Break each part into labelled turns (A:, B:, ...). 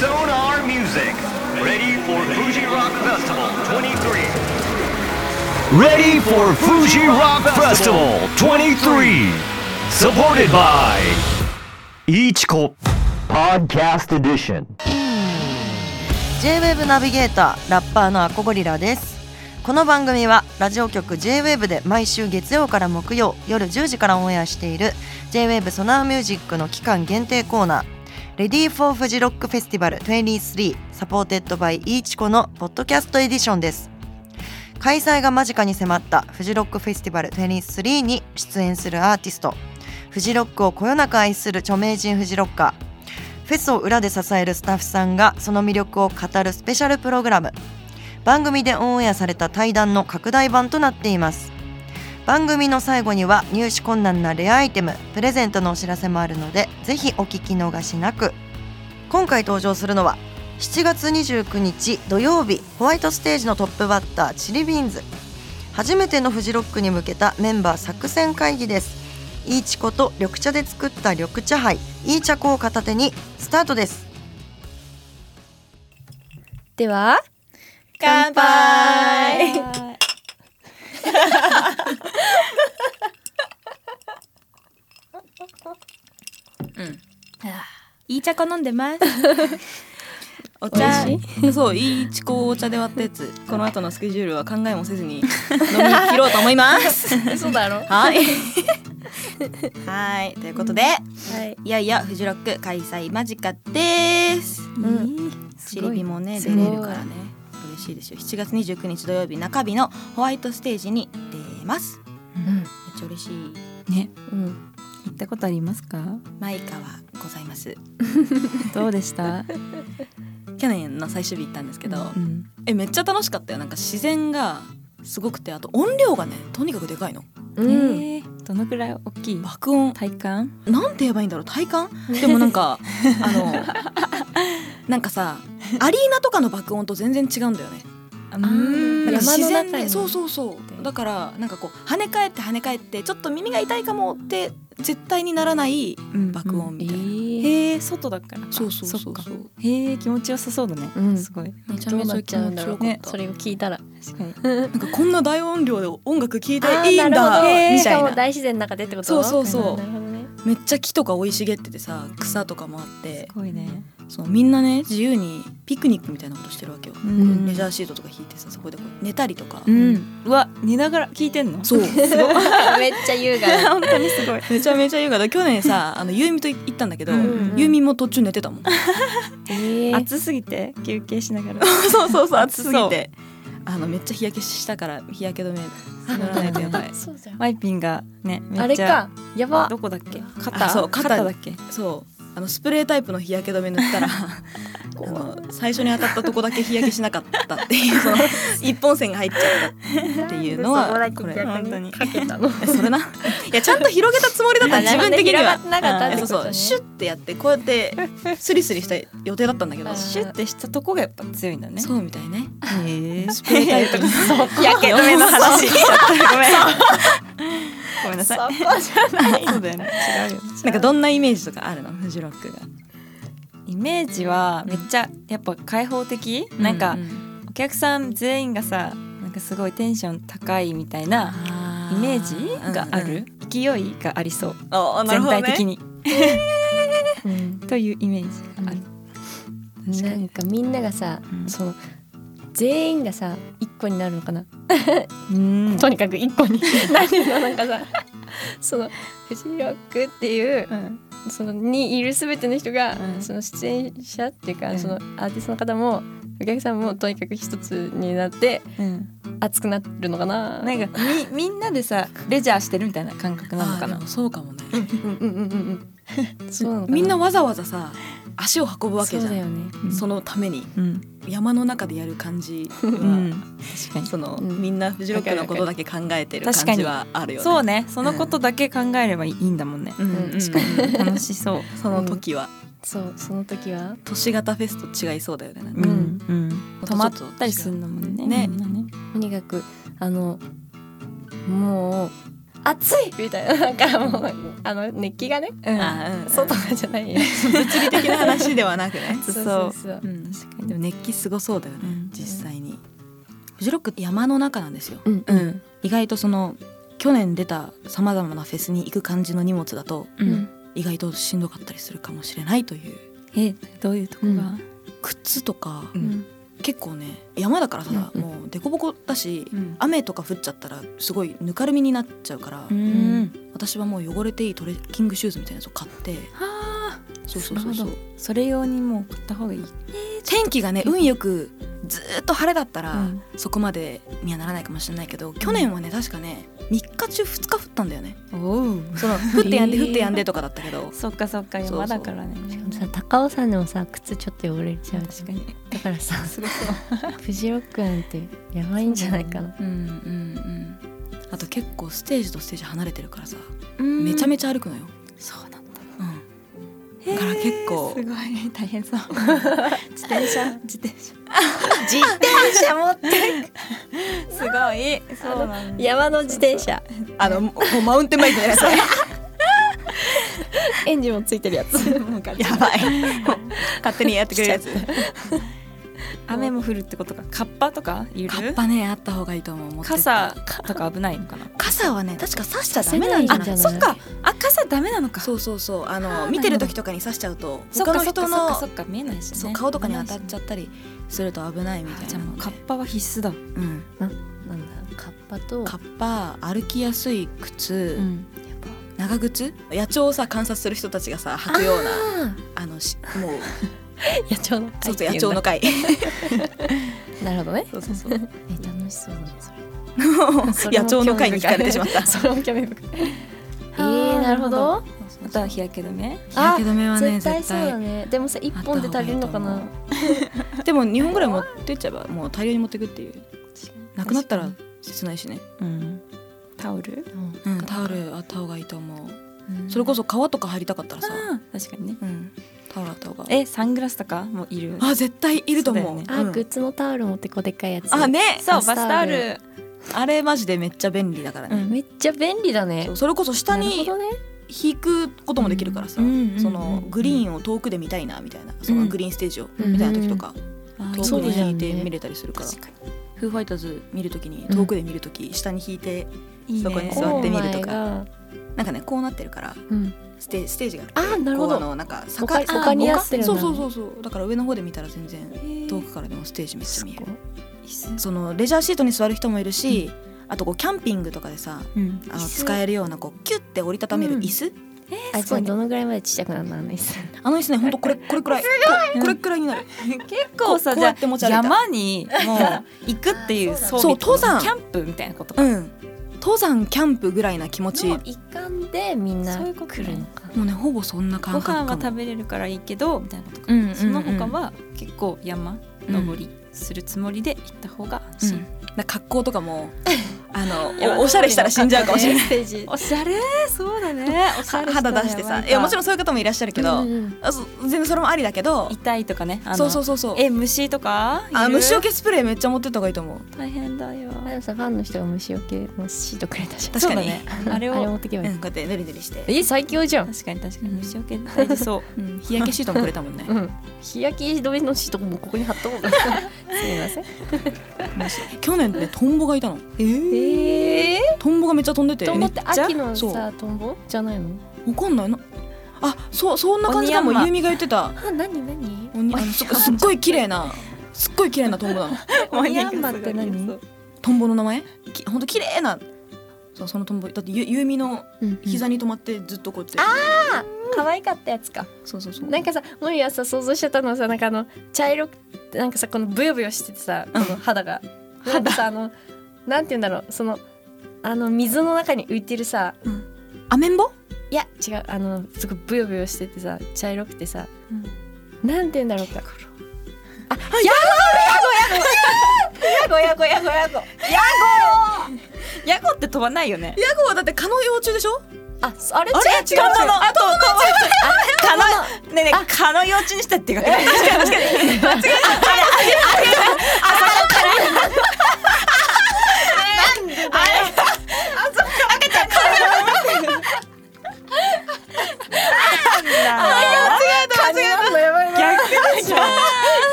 A: Sonar Music. Ready for Fuji Rock Festival 23. Ready for Fuji Rock Festival 23. Supported by Ichiko Podcast Edition.
B: J-WAVE ナビゲーターラッパーのアコゴリラですこの番組はラジオ局 J-WAVE で毎週月曜から木曜夜10時からオンエアしている J-WAVE ソナーミュージックの期間限定コーナーレディーフォーフジロックフェスティバル23サポーテッドバイイーチコのポッドキャストエディションです開催が間近に迫ったフジロックフェスティバル23に出演するアーティストフジロックをこよなく愛する著名人フジロッカーフェスを裏で支えるスタッフさんがその魅力を語るスペシャルプログラム番組でオンエアされた対談の拡大版となっています番組の最後には入手困難なレアアイテムプレゼントのお知らせもあるのでぜひお聞き逃しなく今回登場するのは7月29日土曜日ホワイトステージのトップバッターチリビーンズ初めてのフジロックに向けたメンバー作戦会議ですいいちこと緑茶で作った緑茶杯いい茶粉を片手にスタートです
C: では
D: 乾杯いい茶粉飲んでます お茶
C: 美
D: そういいチコをお茶で割ったやつこの後のスケジュールは考えもせずに飲み切ろうと思います
C: そうだろ
D: はいはいということで
C: はい、
D: いよいよフジロック開催間近です
C: うん、
D: チリビもね
C: す
D: 出
C: ごい
D: れるからね嬉しいでしょ7月29日土曜日中日のホワイトステージに出ますめ
C: うん
D: っちゃ嬉しい
E: ね、
C: うん、
E: 行ったことあります か？
D: マイカはございます
E: どうでした？
D: 去年の最終日行ったんですけど、
E: うん、
D: えめっちゃ楽しかったよなんか自然がすごくてあと音量がねとにかくでかいの
C: うん
E: えーどのくらい大きい？
D: 爆音
E: 体感？
D: なんて言えばいいんだろう体感でもな んかあのなんかさアリーナとかの爆音と全然違うんだよね
E: あ
C: ー
D: なんか
C: 山
D: 自
C: の中に
D: 然でそうそうそうだからなんかこう跳ね返って跳ね返ってちょっと耳が痛いかもって絶対にならない爆音みたいな、
E: ええー外だからか。
D: そうそうそうそ
E: っ
D: う
E: かへえ気持ちよさそうだね。
C: うん
E: すごい。
D: め
C: どうなっちゃうんだろう
D: ね
C: ね、それを聞いたら
E: 確かに。
D: なんかこんな大音量で音楽聴いて
C: あー
D: いいん
C: なる
D: だ
C: ほど
D: み
C: した
D: い
C: か
D: な
C: も大自然の中でってこと
D: そうそうそう
C: なるほどね
D: めっちゃ木とか生い茂っててさ草とかもあって
E: すごいね。
D: そうみんなね自由にピクニックみたいなことしてるわけよ、
E: ん
D: レジャーシートとか引いてさそこでこう寝たりとか、
E: うん。うわ寝ながら聞いてんの？
D: そう
C: めっちゃ優雅
E: 本当にすごい。
D: めちゃめちゃ優雅だ去年さあのユーミンと行ったんだけど、
C: うん
D: ユーミンも途中寝てたもん
C: ええ
E: 暑すぎて休憩しながら。
D: そうそうそう
E: 暑すぎ
D: てあのめっちゃ日焼けしたから日焼け止め塗らないとやばい
C: そうじゃん
E: マイピンがねめっちゃ
C: あれかやば
E: どこだっけ？
D: あ
E: 肩？
D: そう肩
E: 肩だっけ？
D: そうあのスプレータイプの日焼け止め塗ったらあの最初に当たったとこだけ日焼けしなかったっていうその一本線が入っちゃったっていうのは
C: そこだけ
D: これ
C: 逆に
D: 本当に
C: かけたの
D: えそ れないやちゃんと広げたつもりだった
C: あなる
D: 自
C: ほど
D: 分的には
C: 広がってなかったってことね
D: そうそうシュッてやってこうやってスリスリした予定だったんだけど
C: あー
E: シュッてしたとこがやっぱ強いんだね。
D: そうみたいね
E: へえ。
D: スプレー タイ プ
C: 日焼け止めの話
E: ごめんな
C: そ
E: さい。
C: こじゃない
E: そうだよね。違うよ。
D: なんかどんなイメージとかあるのフジロックが
E: イメージはめっちゃやっぱ開放的、なんかお客さん全員がさなんかすごいテンション高いみたいなイメージがある、勢いがありそう、全体的に、というイメージがある、確か
C: な
E: に
C: んかみんながさ、
E: うん
C: その全員がさ一個になるのかな、
E: うん
C: とにかく一 個になるのなんかさそのフジロックっていう
E: うん
C: そのにいるすべての人が、
E: うん
C: その出演者っていうか、
E: うん
C: そのアーティストの方もお客さんもとにかく一つになって
E: うん
C: 熱くなるのかな。
E: なんかみみんなでさレジャーしてるみたいな感覚なのかな
D: そうかもね
C: うんうんうんうん。 そうなのかな。
D: みんなわざわざさ足を運ぶわけじ
C: そうだ
D: ゃん
C: よね。
D: そのために
E: うん、
D: 山の中でやる感じ
E: う
D: は
E: ん、確かに
D: その
C: うん
D: みんなフジロックのことだけ考えてる感じはあるよね
E: そうねそのことだけ考えればいいんだもんね、
D: うんうん
C: うん
D: 確かに
E: 楽しそう
D: その時は
C: そうその時は。
D: 都市型フェスと違いそうだよねなん
E: う
D: か
E: ん、う
D: も
E: ん、
D: っとちょっと
E: 止まったりするんだもんね
D: ね
E: みんなね
C: とにかくあのもう暑いみたいななんかもうあの熱気がね
E: うん
D: あうん
C: 外がじゃないよ
D: 物理的な話ではなくね
E: そう
C: そうそうそう
E: うん確か
D: で
E: に
D: も熱気すごそうだよね、
E: うん
D: 実際にフジロックって山の中なんですよ
C: うん
E: うん
D: 意外とその去年出たさまざまなフェスに行く感じの荷物だと
E: うん
D: 意外としんどかったりするかもしれないという
E: えどういうとこ
C: う
E: が
D: 靴とか、
E: うん
D: 結構ね山だからさ、
C: うんうん
D: もう凸凹だし、
E: うん
D: 雨とか降っちゃったらすごいぬかるみになっちゃうから、
E: うん
D: 私はもう汚れていいトレッキングシューズみたいなやつを買って
E: はあ
D: そうそうそうそう
E: なるそれ用にもう買った方がいい
D: 天気がね運よくずーっと晴れだったら、
E: うん
D: そこまでにはならないかもしれないけど去年はね確かね3日中2日降ったんだよね
E: おう
D: その降ってやんで
E: えー
D: 降ってやんでとかだったけど
E: そっかそっか
D: そうそう
E: 山だからね
F: でもさ高尾山でもさ靴ちょっと汚れちゃう
E: 確かに
F: だからさ
E: すごそう
F: フジロックなんてやばいんじゃないかな
D: うんうんうんあと結構ステージとステージ離れてるからさ
E: うん
D: めちゃめちゃ歩くのよ、
E: そうなんだ
D: うん、だから結構
E: すごい大変そう自転車自転車
C: 自転車 持って
E: すごいそうなんだ
C: 山の自転車
D: あのもうマウンテンバイクじゃないそ れ
C: エンジンもついてるやつ
D: やばいもう勝手にやってくれるや つ
E: 雨も降るってことかカッパとかいる
D: カッパねあった方がいいと思う持ってって
E: 傘とか危ないのかな
D: 傘はね確か刺しちゃダメなんじゃな
F: 刺
D: い
F: せないんじゃ
E: そ
F: ない
E: っかあ傘ダメなのか
D: そうそうそうあ
E: あ
D: の
E: ー
D: 見てる時とかに刺しちゃうと
E: そっ
D: 他
E: か
D: の
E: そっ
D: 人
E: かそっ
D: の
E: かそっか見えないしね
D: そう顔とかに当たっちゃったりすると危ないみ
E: あ
D: たい
E: じ
D: な
E: ゃあも
D: の
E: う
D: で
E: カッパは必須だ
D: うん
F: なんだカッパと
D: カッパ歩きやすい靴、
E: ん
D: 長靴野鳥をさ観察する人たちがさ履くようなあのし もう
F: 野鳥の
D: ち
F: 会
D: ょっと野鳥の会
F: なるほどね
D: そうそうそう
F: え楽しそうねそれ
D: 野鳥の会に惹かれてしまっ た
C: それも興味深い
F: えー、なるほど
E: あとは日焼け止め
D: 日焼け止めはね
F: 絶
D: 絶対
F: 対そうだねでもさ一本で足りるのか
D: あっ
F: な
D: たでも2本ぐらい持ってっちゃえばもう大量に持ってくっていうなくなったら切ないしね、
E: うんタオル
D: うん、タオルあった方がいいと思う、そ
E: そ
D: れこそ革とか入りたかったらさ、
E: 確かにね
D: うん、タオルあった方が
E: えサングラスとかもいる
D: あ絶対いると思う
E: そうだよね
F: あ、グッズのタオル持ってこうでっかいやつ
D: あね
E: そ
F: バ
E: うバス
F: ス
E: タ
F: タ
E: オ
F: オ
E: ル
F: ル
D: あれマジでめっちゃ便利だからね、
F: めっちゃ便利だね
D: そうそれこそ下に
F: なるほどね
D: 引くこともできるからさ、
E: うんうんうんうん
D: そのグリーンを遠くで見たいなみたいな、そのグリーンステージをみたいな時とか、
E: あ
D: 遠
F: そ
D: く
F: うだ
D: に
F: よね
D: 引いて見れたりするから、フーファイターズ見る時に遠くで見る時、下に引いて
E: いい
D: そこに
E: ね
D: 座ってみると
F: オーマイ
D: か
F: ガ
D: なんかねこうなってるから
F: ーうん
D: ステステージがあ
F: あなるほ
D: こうあ
F: ど
D: のなんか
F: 丘
D: 坂
F: 丘に合ってるんだ
D: そうそうそうそうだから上の方で見たら全然
E: ー
D: 遠くからでもステージめっちゃ見える
E: 椅子
D: そのレジャーシートに座る人もいるし、あとこうキャンピングとかでさ
E: うん
D: あの使えるようなこうキュッて折りたためる椅子、
F: あ
E: す
F: じ
E: ご
F: ゃ
E: い
F: あ
E: ね
F: どのぐらいまでちっちゃくなるのあの椅子
D: あの椅子ねほんとこれこれくらいここれくらいになる
E: 結構さ
D: こ
E: じ
D: うや
E: ゃ
D: って持ち
E: あ
D: 歩いた
E: 山にもう行くっていう装備ってこ
D: そう登
E: と
D: 山
E: キャンプみたいなことか
D: うん登山キャンプぐらいな気持ちも
F: の一環でみんな
E: そうい
F: 来
E: うことね
F: るのか
D: うねほぼそんな
E: ご
D: 感覚
E: 飯は
D: か
E: 食
D: も
E: べれるからいいけどみたいなことか
D: うんうんうん
E: その他は結構山登りするつもりで行った方が
D: う
E: 安心
D: んだから格好とかもあのおおしゃれしたら死んじゃうかもしれない
E: ステー ジおしゃれそうだねおしゃれ
D: は肌出してさいやもちろんそういう方もいらっしゃるけど、
F: うん
D: あそ全然それもありだけど
E: 痛いとかねあの
D: そうそうそうそう
E: え虫とかいる
D: あ虫除けスプレーめっちゃ持ってった方がいいと思う
E: 大変だよ
F: あでもさファンの人が虫よけのシートくれたじゃん
D: 確かに、
E: そうだねあれ
F: あれ持
E: を
F: ってけば
D: う
F: いい
D: ん、こうやってぬりぬりして、
F: え最強じゃん
E: 確かに確かに虫よけ大事そう
D: うん、日焼けシートもくれたもんね
F: うん日焼け止めのシートもここに貼っとこうかな すみません
D: 去年ねトンボがいたのえ
F: ええ
D: トンボがめっちゃ飛んでて
F: トンボって
E: めっちゃ
F: 秋の
D: そ
F: さトンボじゃないの
D: わかんないなあそうそんな感じかも
E: オニヤンマ
D: ゆみが言ってた
F: あ何何
D: おにあのすすっごい綺麗なすっごい綺麗なトンボなの
F: オニヤンマって何
D: トンボの名前きほんと綺麗なそうそのトンボだってゆゆみの膝に止まってずっとこうやって、
F: 可愛かったやつか
D: そうそうそう
F: なんかさもやさ想像してたのはさなんかあの茶色くなんかさこのブヨブヨしててさこの肌が、なんかさあのなんて言うんだろうそのあの水の中に浮いてるさ
D: アメンボ
F: いや違うあのすごいブヨブヨしててさ茶色くてさ、なんて言うんだろうか
E: ヤゴって飛ばないよね
D: ヤゴはだって蚊の幼虫でしょ
F: あそあれ
D: あれ違う違うあと
E: 蚊のねえねえ蚊の幼虫にしたってかけな
D: あ
E: い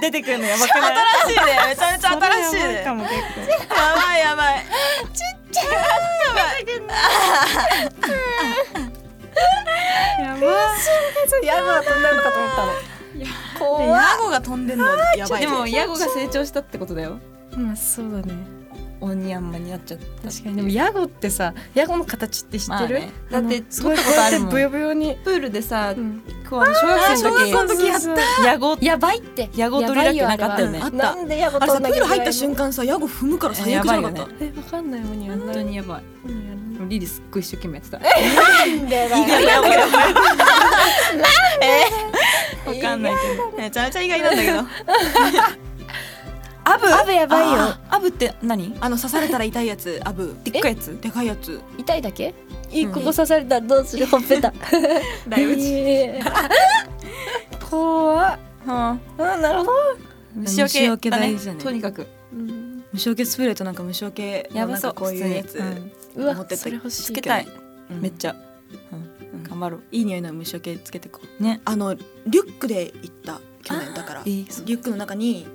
E: 出てくるのやばくない
D: 新しいねめちゃめちゃ新しい
E: それやば
D: ね
E: かも結
D: やばいやばい
E: 構やば
F: ヤゴが飛んだのかと思ったの
D: でヤゴが飛んでんのやばい
E: いでもヤゴが成長したってことだよ
F: まあそうだね
E: オニヤンマになっちゃった
F: 確かにでもヤゴってさヤゴの形って知ってる、
E: だって
F: す
E: 取
F: ごい
E: っ
F: こうやっ
E: たことあ
F: て
E: るもん
F: ブヨブヨに、
E: プールでさ
F: うん
E: こうあの小学生の時
D: の時やった
E: ヤゴ
F: やばいって
E: ヤゴ取りだけなかったよね
D: やばいよあれはうん
F: なんでヤゴ
D: あれ
F: 飛
D: さ
F: ん
D: プ
F: だ
D: ール入った
F: 間
D: 瞬間さヤゴ踏むから最悪じゃなかっ
F: えわかんないもんにやん
E: 本
F: な
E: 当
F: い
E: にやばい
F: な
E: リリすっごい一生懸命やってた
F: んでだよ
E: わかんないけど
D: ためちゃめちゃ意外なんだけど
E: アブ
F: アブやばいよ
E: あアブって何
D: あの刺されたら痛いやつアブ
E: でっかいやつ
D: でかいやつ
F: 痛いだけいいここ刺されたらどうするほっぺた
D: だいぶ
F: えー怖っ
E: は
F: あなるほど
E: 虫除けだね
D: 虫除け大事だね
E: とにかく
F: うん
D: 虫除けスプレーとなんか虫除けの
E: やば
D: なん
E: そう
D: かこういうやつ、
E: 普通にう
F: う
E: ん
D: 持っ
F: わ
D: てった
F: それ欲し
E: つ
F: い
E: けたい
D: うん
E: めっちゃ
D: うん
E: 頑張ろう
D: いい匂いの虫除けつけてこう
E: ね
D: あのリュックで行った去年だから
E: え
D: リ
E: ーそう
D: ュックの中に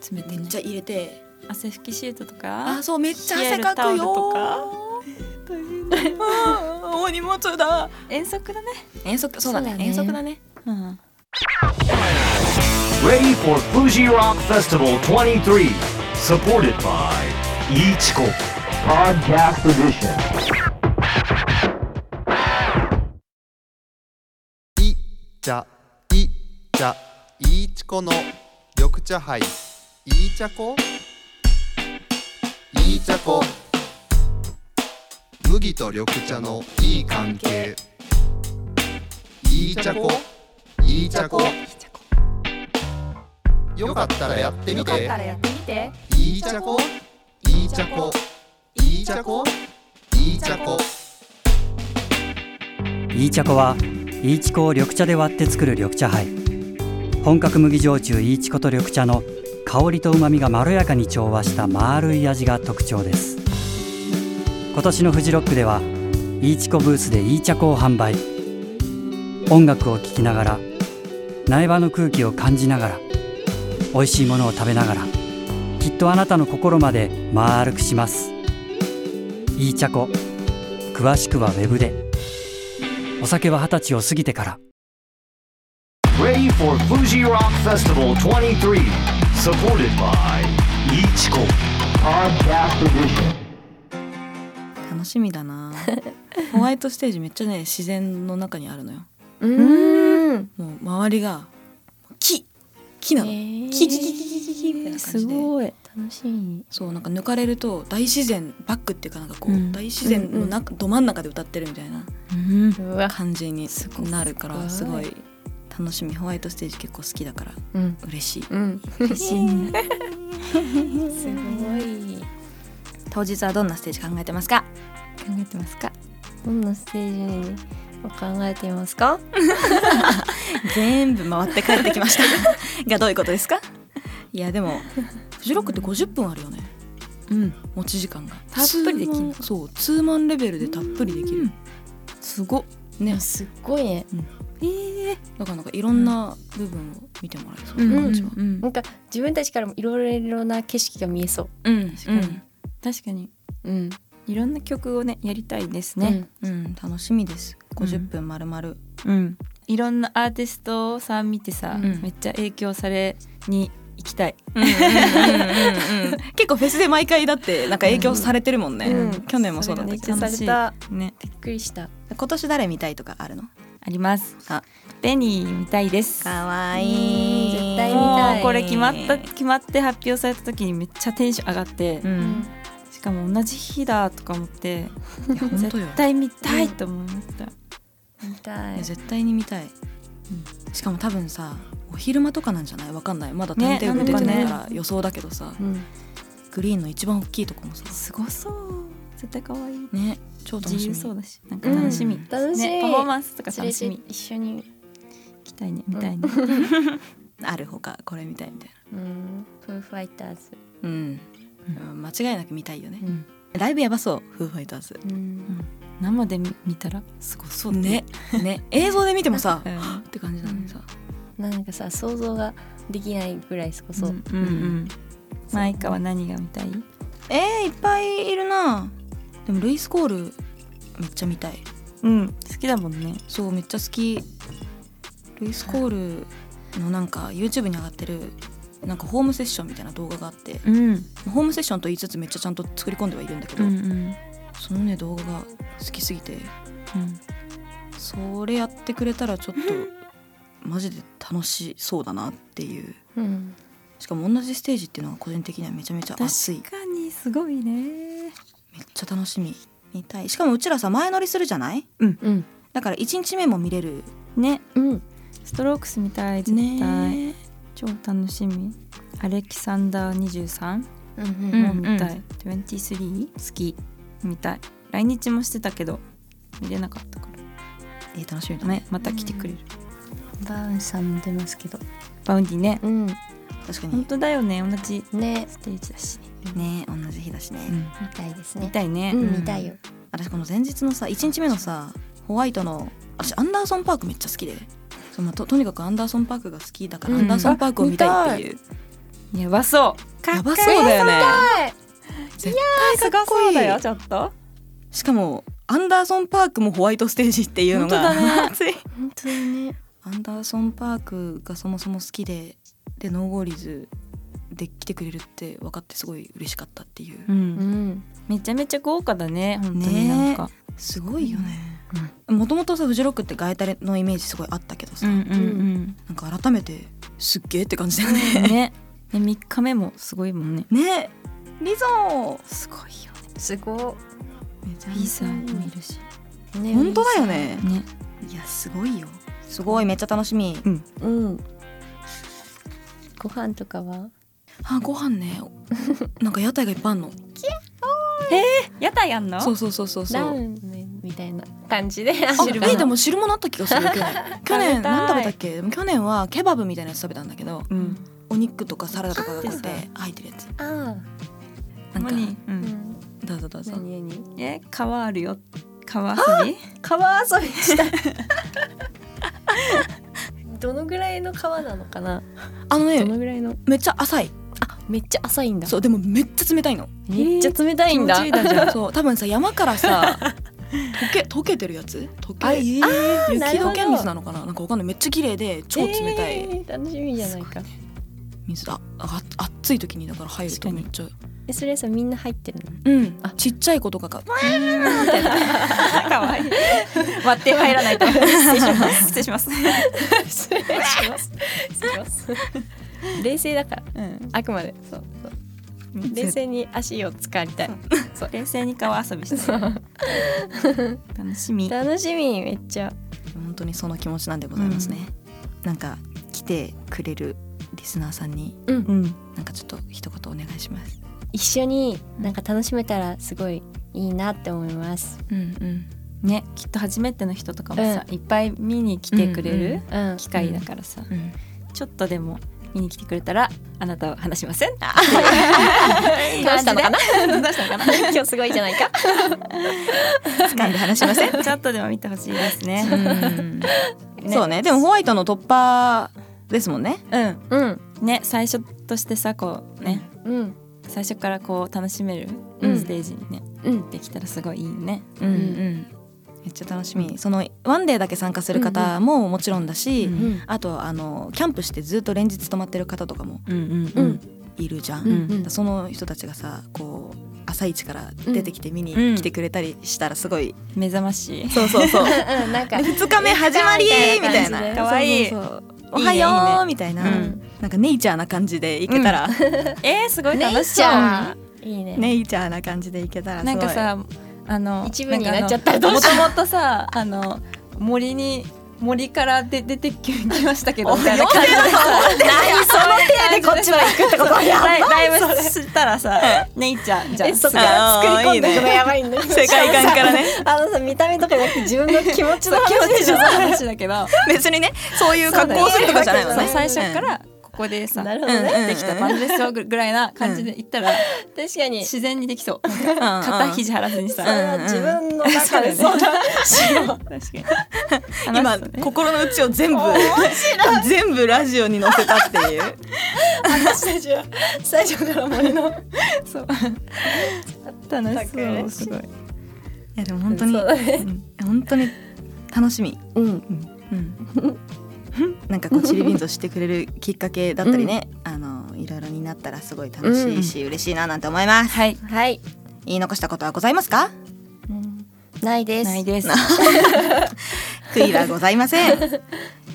E: 詰め
D: め
E: て
D: っ
E: ね
D: ちゃ入れて
E: 汗拭きシートと
D: あ
E: か
D: そうめっちゃ汗か
E: 冷え
D: く
E: るタ
D: よ
E: オルと
D: うんお荷物だ
E: 遠足だね
D: 遠足そうだ
F: そ
D: ね
F: うだね
D: 遠足だね
E: うん
A: Ready for Fuji Rock Festival 23. Supported by Ichiko. Podcast Edition.
G: い茶い茶いちこの緑茶杯いちゃこいちゃこ麦と緑茶のいい関係いちゃこいちゃこよかったらやってみていいちゃこいいちゃこいいちゃこいいちゃこ
H: イーチャコはイーチコを緑茶で割って作る緑茶杯本格麦焼酎イーチコと緑茶の香りと旨味がまろやかに調和した丸い味が特徴です今年のフジロックではイーチコブースでイーチャコを販売音楽を聴きながら苗場の空気を感じながら美味しいものを食べながらきっとあなたの心まで丸くしますイーチャコ詳しくはウェブで「お酒は二十歳を過ぎてから
A: Ready for Fuji Rock Festival 23. Supported by Ichiko. Podcast Edition.
D: 楽しみだ なホワイトステージめっちゃね自然の中にあるのよ
F: うーん
D: もう周りが木木なの、木木木木木木木みたいな感じで
E: い
F: 楽しみ
D: そうなんか抜かれると大自然バックっていうかなんかこう、
E: うん
D: 大自然の中、ど真ん中で歌ってるみたいな
E: うん
F: うわ
D: 感じになるからす
F: す
D: ご
F: ごい
D: い楽しみホワイトステージ結構好きだから
F: うん
D: 嬉しい
F: うん
E: 嬉しいね
F: すごい
D: 当日はどんなステージ考えてますか
E: 考えてますか
F: どんなステージを考えていますか
D: 全部回って帰ってきました がどういうことですかいやでもフジロックって50分あるよね
E: うん
D: 持ち時間が
E: たっぷりでき
D: ツ
E: る
D: ーマンそうツーマンレベルでたっぷりできる、
E: すごっ
D: ね
F: すっごいね
E: ええ
D: だからなんかいろんな部分を見てもらえそう
E: うん
D: な感じは
E: うん
F: なんか自分たちからもいろいろな景色が見えそ
E: うん
D: 確かに
E: 確かに
F: ううん
E: いろんな曲をねやりたいですね
D: うん、楽しみです50分まるまる
E: うんいろんなアーティストさん見てさ
D: うん
E: めっちゃ影響されに行きたい
D: 結構フェスで毎回だってなんか影響されてるもんね、
F: うん
D: 去年もそうだったけ
F: そ
D: ど
F: れがね
E: 楽しい
F: さ
E: ね
F: びっくりした
D: 今年誰見たいとかあるの
E: あります
D: あ
E: ベニー見たいです
D: かわ
F: いい絶対見たい
E: もうこれ決まった決まって発表された時にめっちゃテンション上がって
D: うん、
E: しかも同じ日だとか思って
D: いや本当よ
E: 絶対見たいと思いました
F: 見た
D: い
F: い
D: や絶対に見たい、しかも多分さお昼間とかなんじゃないわかんないまだタイムテーブル出てないから予想だけどさ、
F: うん
D: グリーンの一番大きいとこもさ
E: すごそう絶対可愛い
D: ね超楽しみ
E: 自由そうだしなんか楽しみ、
D: うん
F: 楽し
E: ね
F: い
E: パフォーマンスとか
F: 連
E: 楽
F: れ
E: してみ
F: 一緒に
E: 行きたいねみたいな、
D: あるほかこれ見たいみたい
F: うんフーファイターズ
D: なうん、うん間違いなく見たいよね、
E: ん
D: ライブやばそうフーファイターズ
F: うん
E: 生で見見たらすごそう
D: ねね映像で見てもさ
E: うん
D: って感じなのにさ
F: なんかさ想像ができないぐらいそこそ、
E: うんうんうんマイカは何が見たい
D: えー、いっぱいいるなでもルイス・コールめっちゃ見たい
E: うん好きだもんね
D: そうめっちゃ好きルイス・コールのなんか YouTube に上がってるなんかホームセッションみたいな動画があって
E: うん
D: ホームセッションと言いつつめっちゃちゃんと作り込んではいるんだけ
E: う
D: ど、
E: んうん
D: そのね動画が好きすぎてそれやってくれたらちょっとマジで楽しそうだなっていう
F: うん
D: しかも同じステージっていうのが個人的にはめちゃめちゃ熱い
E: 確かにすごいね
D: めっちゃ楽しみ見たいしかもうちらさ前乗りするじゃない
F: うん
D: だから1日目も見れる
E: ね
F: うん
E: ストロークスみたい絶対、
D: ね
E: 超楽しみアレキサンダー23
F: う
E: も
F: ん
E: 見たい、23好き見たい来日もしてたけど見れなかったか
D: えー楽しみだ
E: ら
D: ね
E: ねまた来てくれる、
F: バウンさんも出ますけど
E: バウンディね
F: うん
D: 確か
E: 本
D: に
E: 当だよね同じ
F: ね
E: ステージだし、
D: ね同じ日だしね、
F: 見たいです
E: 見
F: ね
E: たいね、
F: うん見たいよ
D: 私この前日のさ1日目のさホワイトの私アンダーソンパークめっちゃ好きでそう、まあ、ととにかくアンダーソンパークが好きだから、
E: うん
D: アンダーソンパークを見たいっていう
E: やばそう
D: やばそうだよね
E: すごそうだよちょっと
D: しかもアンダーソンパークもホワイトステージっていうのが
E: 本当だ
D: 熱い
F: 本当にね
D: アンダーソンパークがそもそも好きででノーゴーリーズで来てくれるって分かってすごい嬉しかったっていう、
E: うん
F: うん
E: めちゃめちゃ豪華だね本当になんか、
D: すごいよねもともとさフジロックってガエタレのイメージすごいあったけどさ、
E: うんうん
D: なんか改めてすっげえって感じだよね
E: うんねで3日目もすごいもんね
D: ねリゾー
E: すごいよ
F: すご
D: めちゃ
E: ピーサーもいるし
F: いね
D: 本当だよね
E: ね
D: いやすごいよすごいめっちゃ楽しみ
F: うんご飯とかは
D: あご飯ねなんか屋台がいっぱいあんの
E: 屋台やんの
D: そうそうそうそうそ
F: ラー
D: う
F: メンみたいな感じで
D: あ
F: 汁
D: えで
F: 物
D: も汁物あった気がする去年去年
E: 食べたい
D: 何食べたっけでも去年はケバブみたいなやつ食べたんだけど
E: うん
D: お肉とかサラダとかがこうやって
E: あ
D: 入ってるやつ
F: あ
D: なんか
E: 何う
F: あうんん
D: どうぞどうぞ
F: 何何
E: え川あるよ川遊び
F: 川遊びした どのぐらいの川なのかな
D: あの
F: ど
D: ね
F: のぐらいの
D: めっちゃ浅い
F: めっちゃ浅いんだ
D: そうでもめっちゃ冷たいの
F: めっちゃ冷たいんだ
E: 気持ちいいだじゃん
D: そう多分さ山からさ溶け溶けてるやつ溶け雪
F: なるほ
D: 溶
F: ど
D: け水なのかななんかわかんないめっちゃ綺麗で超冷たい
F: えー楽しみじゃないか
D: 水だああ暑い時にだから入ると
E: 確か
D: め
E: に
D: っちゃ
F: えそれさみんな入ってるの
D: うんちっちゃい子とかが
E: かわいい割って入らないと 失礼します失礼します
F: 失礼します失礼します冷静だから
E: うん
F: あくまでそうそう冷静に足を使いたい
E: 冷静に川遊びして楽しみ
F: 楽しみめっちゃ
D: 本当にその気持ちなんでございますね、なんか来てくれるリスナーさんに
E: うん
D: なんかちょっと一言お願いします
F: 一緒になんか楽しめたらすごいいいなって思います
D: うんうん
E: ねきっと初めての人とかもさいっぱい見に来てくれ
D: うんう
E: る
F: うん
E: 機会だからさ
D: うん
E: ちょっとでも見に来てくれたらあなたは話しません
F: どうしたのかな
E: どうしたのかな
F: 今日すごいじゃないか
D: 掴んで話しませ ん、
E: ちょっとでも見てほしいです
D: う
E: ね
D: ん そうねでもホワイトの突破ですもんね
E: うん
F: うん
E: ね最初としてさこうね
F: うん
E: 最初からこう楽しめる
F: うん
E: ステージにね、
F: うん
E: できたらすごいいいね。
D: うんうんめっちゃ楽しみそのワンデーだけ参加する方ももちろんだし、
E: うん
F: うん
D: あとあのキャンプしてずっと連日泊まってる方とかも
E: うん
F: うん
D: いるじゃん、
E: うん
F: うん
D: その人たちがさこう朝一から出てきて見に来てくれたりしたらすごい、
E: 目覚ましい。
D: そうそうそう
F: うんなんか
D: 2日目始まり みたい
F: みたいな感じ
D: な
F: で
D: かわいいおはようみたいな、
E: うん
D: なんかネイチャーな感じでいけたら、
E: えー、すごい楽
F: ネイ
E: し
F: チ
E: そう。
F: ャーいいね
D: ネイチャーな感じでいけたらすご
E: ないんかさあの
F: 一部になっちゃったらどう
E: も
F: し
E: ともとさあの森に森からで出てきましたけどみたいな感じでさ何その手でこっちは行くってことやばいライブしたらさネイチャーじゃん
F: えそっ
E: すごい
F: か作り込んでいくのやばい んだ世
D: 世界観からね
F: あのさ見た目とかじゃなくて自分の気持 ちの
E: そ
F: 話
E: う気持ち
F: でし
E: の
F: ょ
E: 話だけど
D: 別にねそういう格好をするとかじゃないの
E: そう
D: ね
E: 最初からここでさ
F: なるほどね
D: うんうん
E: できたバンドですよぐらいな感じで言ったら
F: 確かに
E: 自然にできそう
D: うん
E: 肩肘張らずに
F: そ
E: さ
F: れは自分の中で相談しよう
E: 確かに
D: 今
E: 話すとね
D: 心の内を全部 全部ラジオに載せたっていう
F: 私たちは最初から森の
E: そう楽しそうすごい
D: いやでも本当に、
F: そうだね
D: うん本当に楽しみ
F: うん
E: うん
D: なんかこうチリビンズをしてくれるきっかけだったりね、あのいろいろになったらすごい楽しいし、嬉しいななんて思います
E: はい
F: はい
D: 言い残したことはございますか
F: ないで
E: ない
F: す
E: です
D: 悔いはございません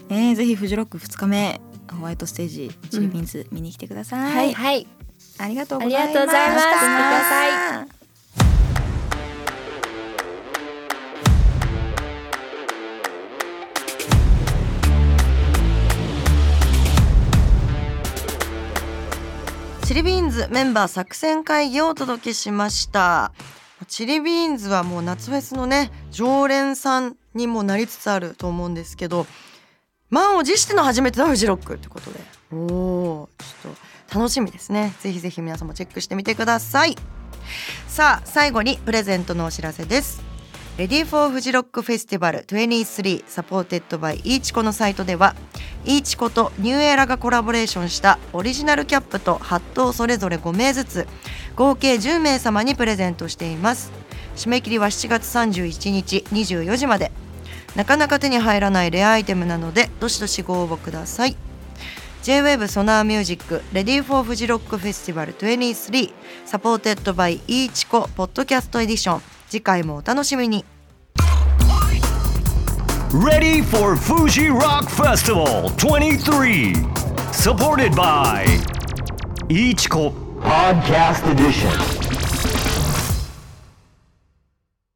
D: えー、ぜひフジロック2日目ホワイトステージチリビンズ見に来てください、
F: はい
D: ありがとう
F: あ
D: ござ
F: り
D: いま
F: がとう
D: した
F: ございます来てください
B: チリビーンズメンバー作戦会議をお届けしましたチリビーンズはもう夏フェスのね常連さんにもなりつつあると思うんですけど満を持しての初めてのフジロックってことでおおちょっと楽しみですねぜひぜひ皆さんもチェックしてみてくださいさあ最後にプレゼントのお知らせですレディフォーフジロックフェスティバル23サポーテッドバイイーチコのサイトではイーチコとニューエラがコラボレーションしたオリジナルキャップとハットをそれぞれ5名ずつ合計10名様にプレゼントしています締め切りは7月31日24時までなかなか手に入らないレアアイテムなのでどしどしご応募ください J-WAVE ソナーミュージックレディーフォーフジロックフェスティバル23サポーテッドバイイーチコポッドキャストエディション次回もお楽しみに
A: Ready for Fuji Rock Festival 23. Supported by Ichiko Podcast Edition.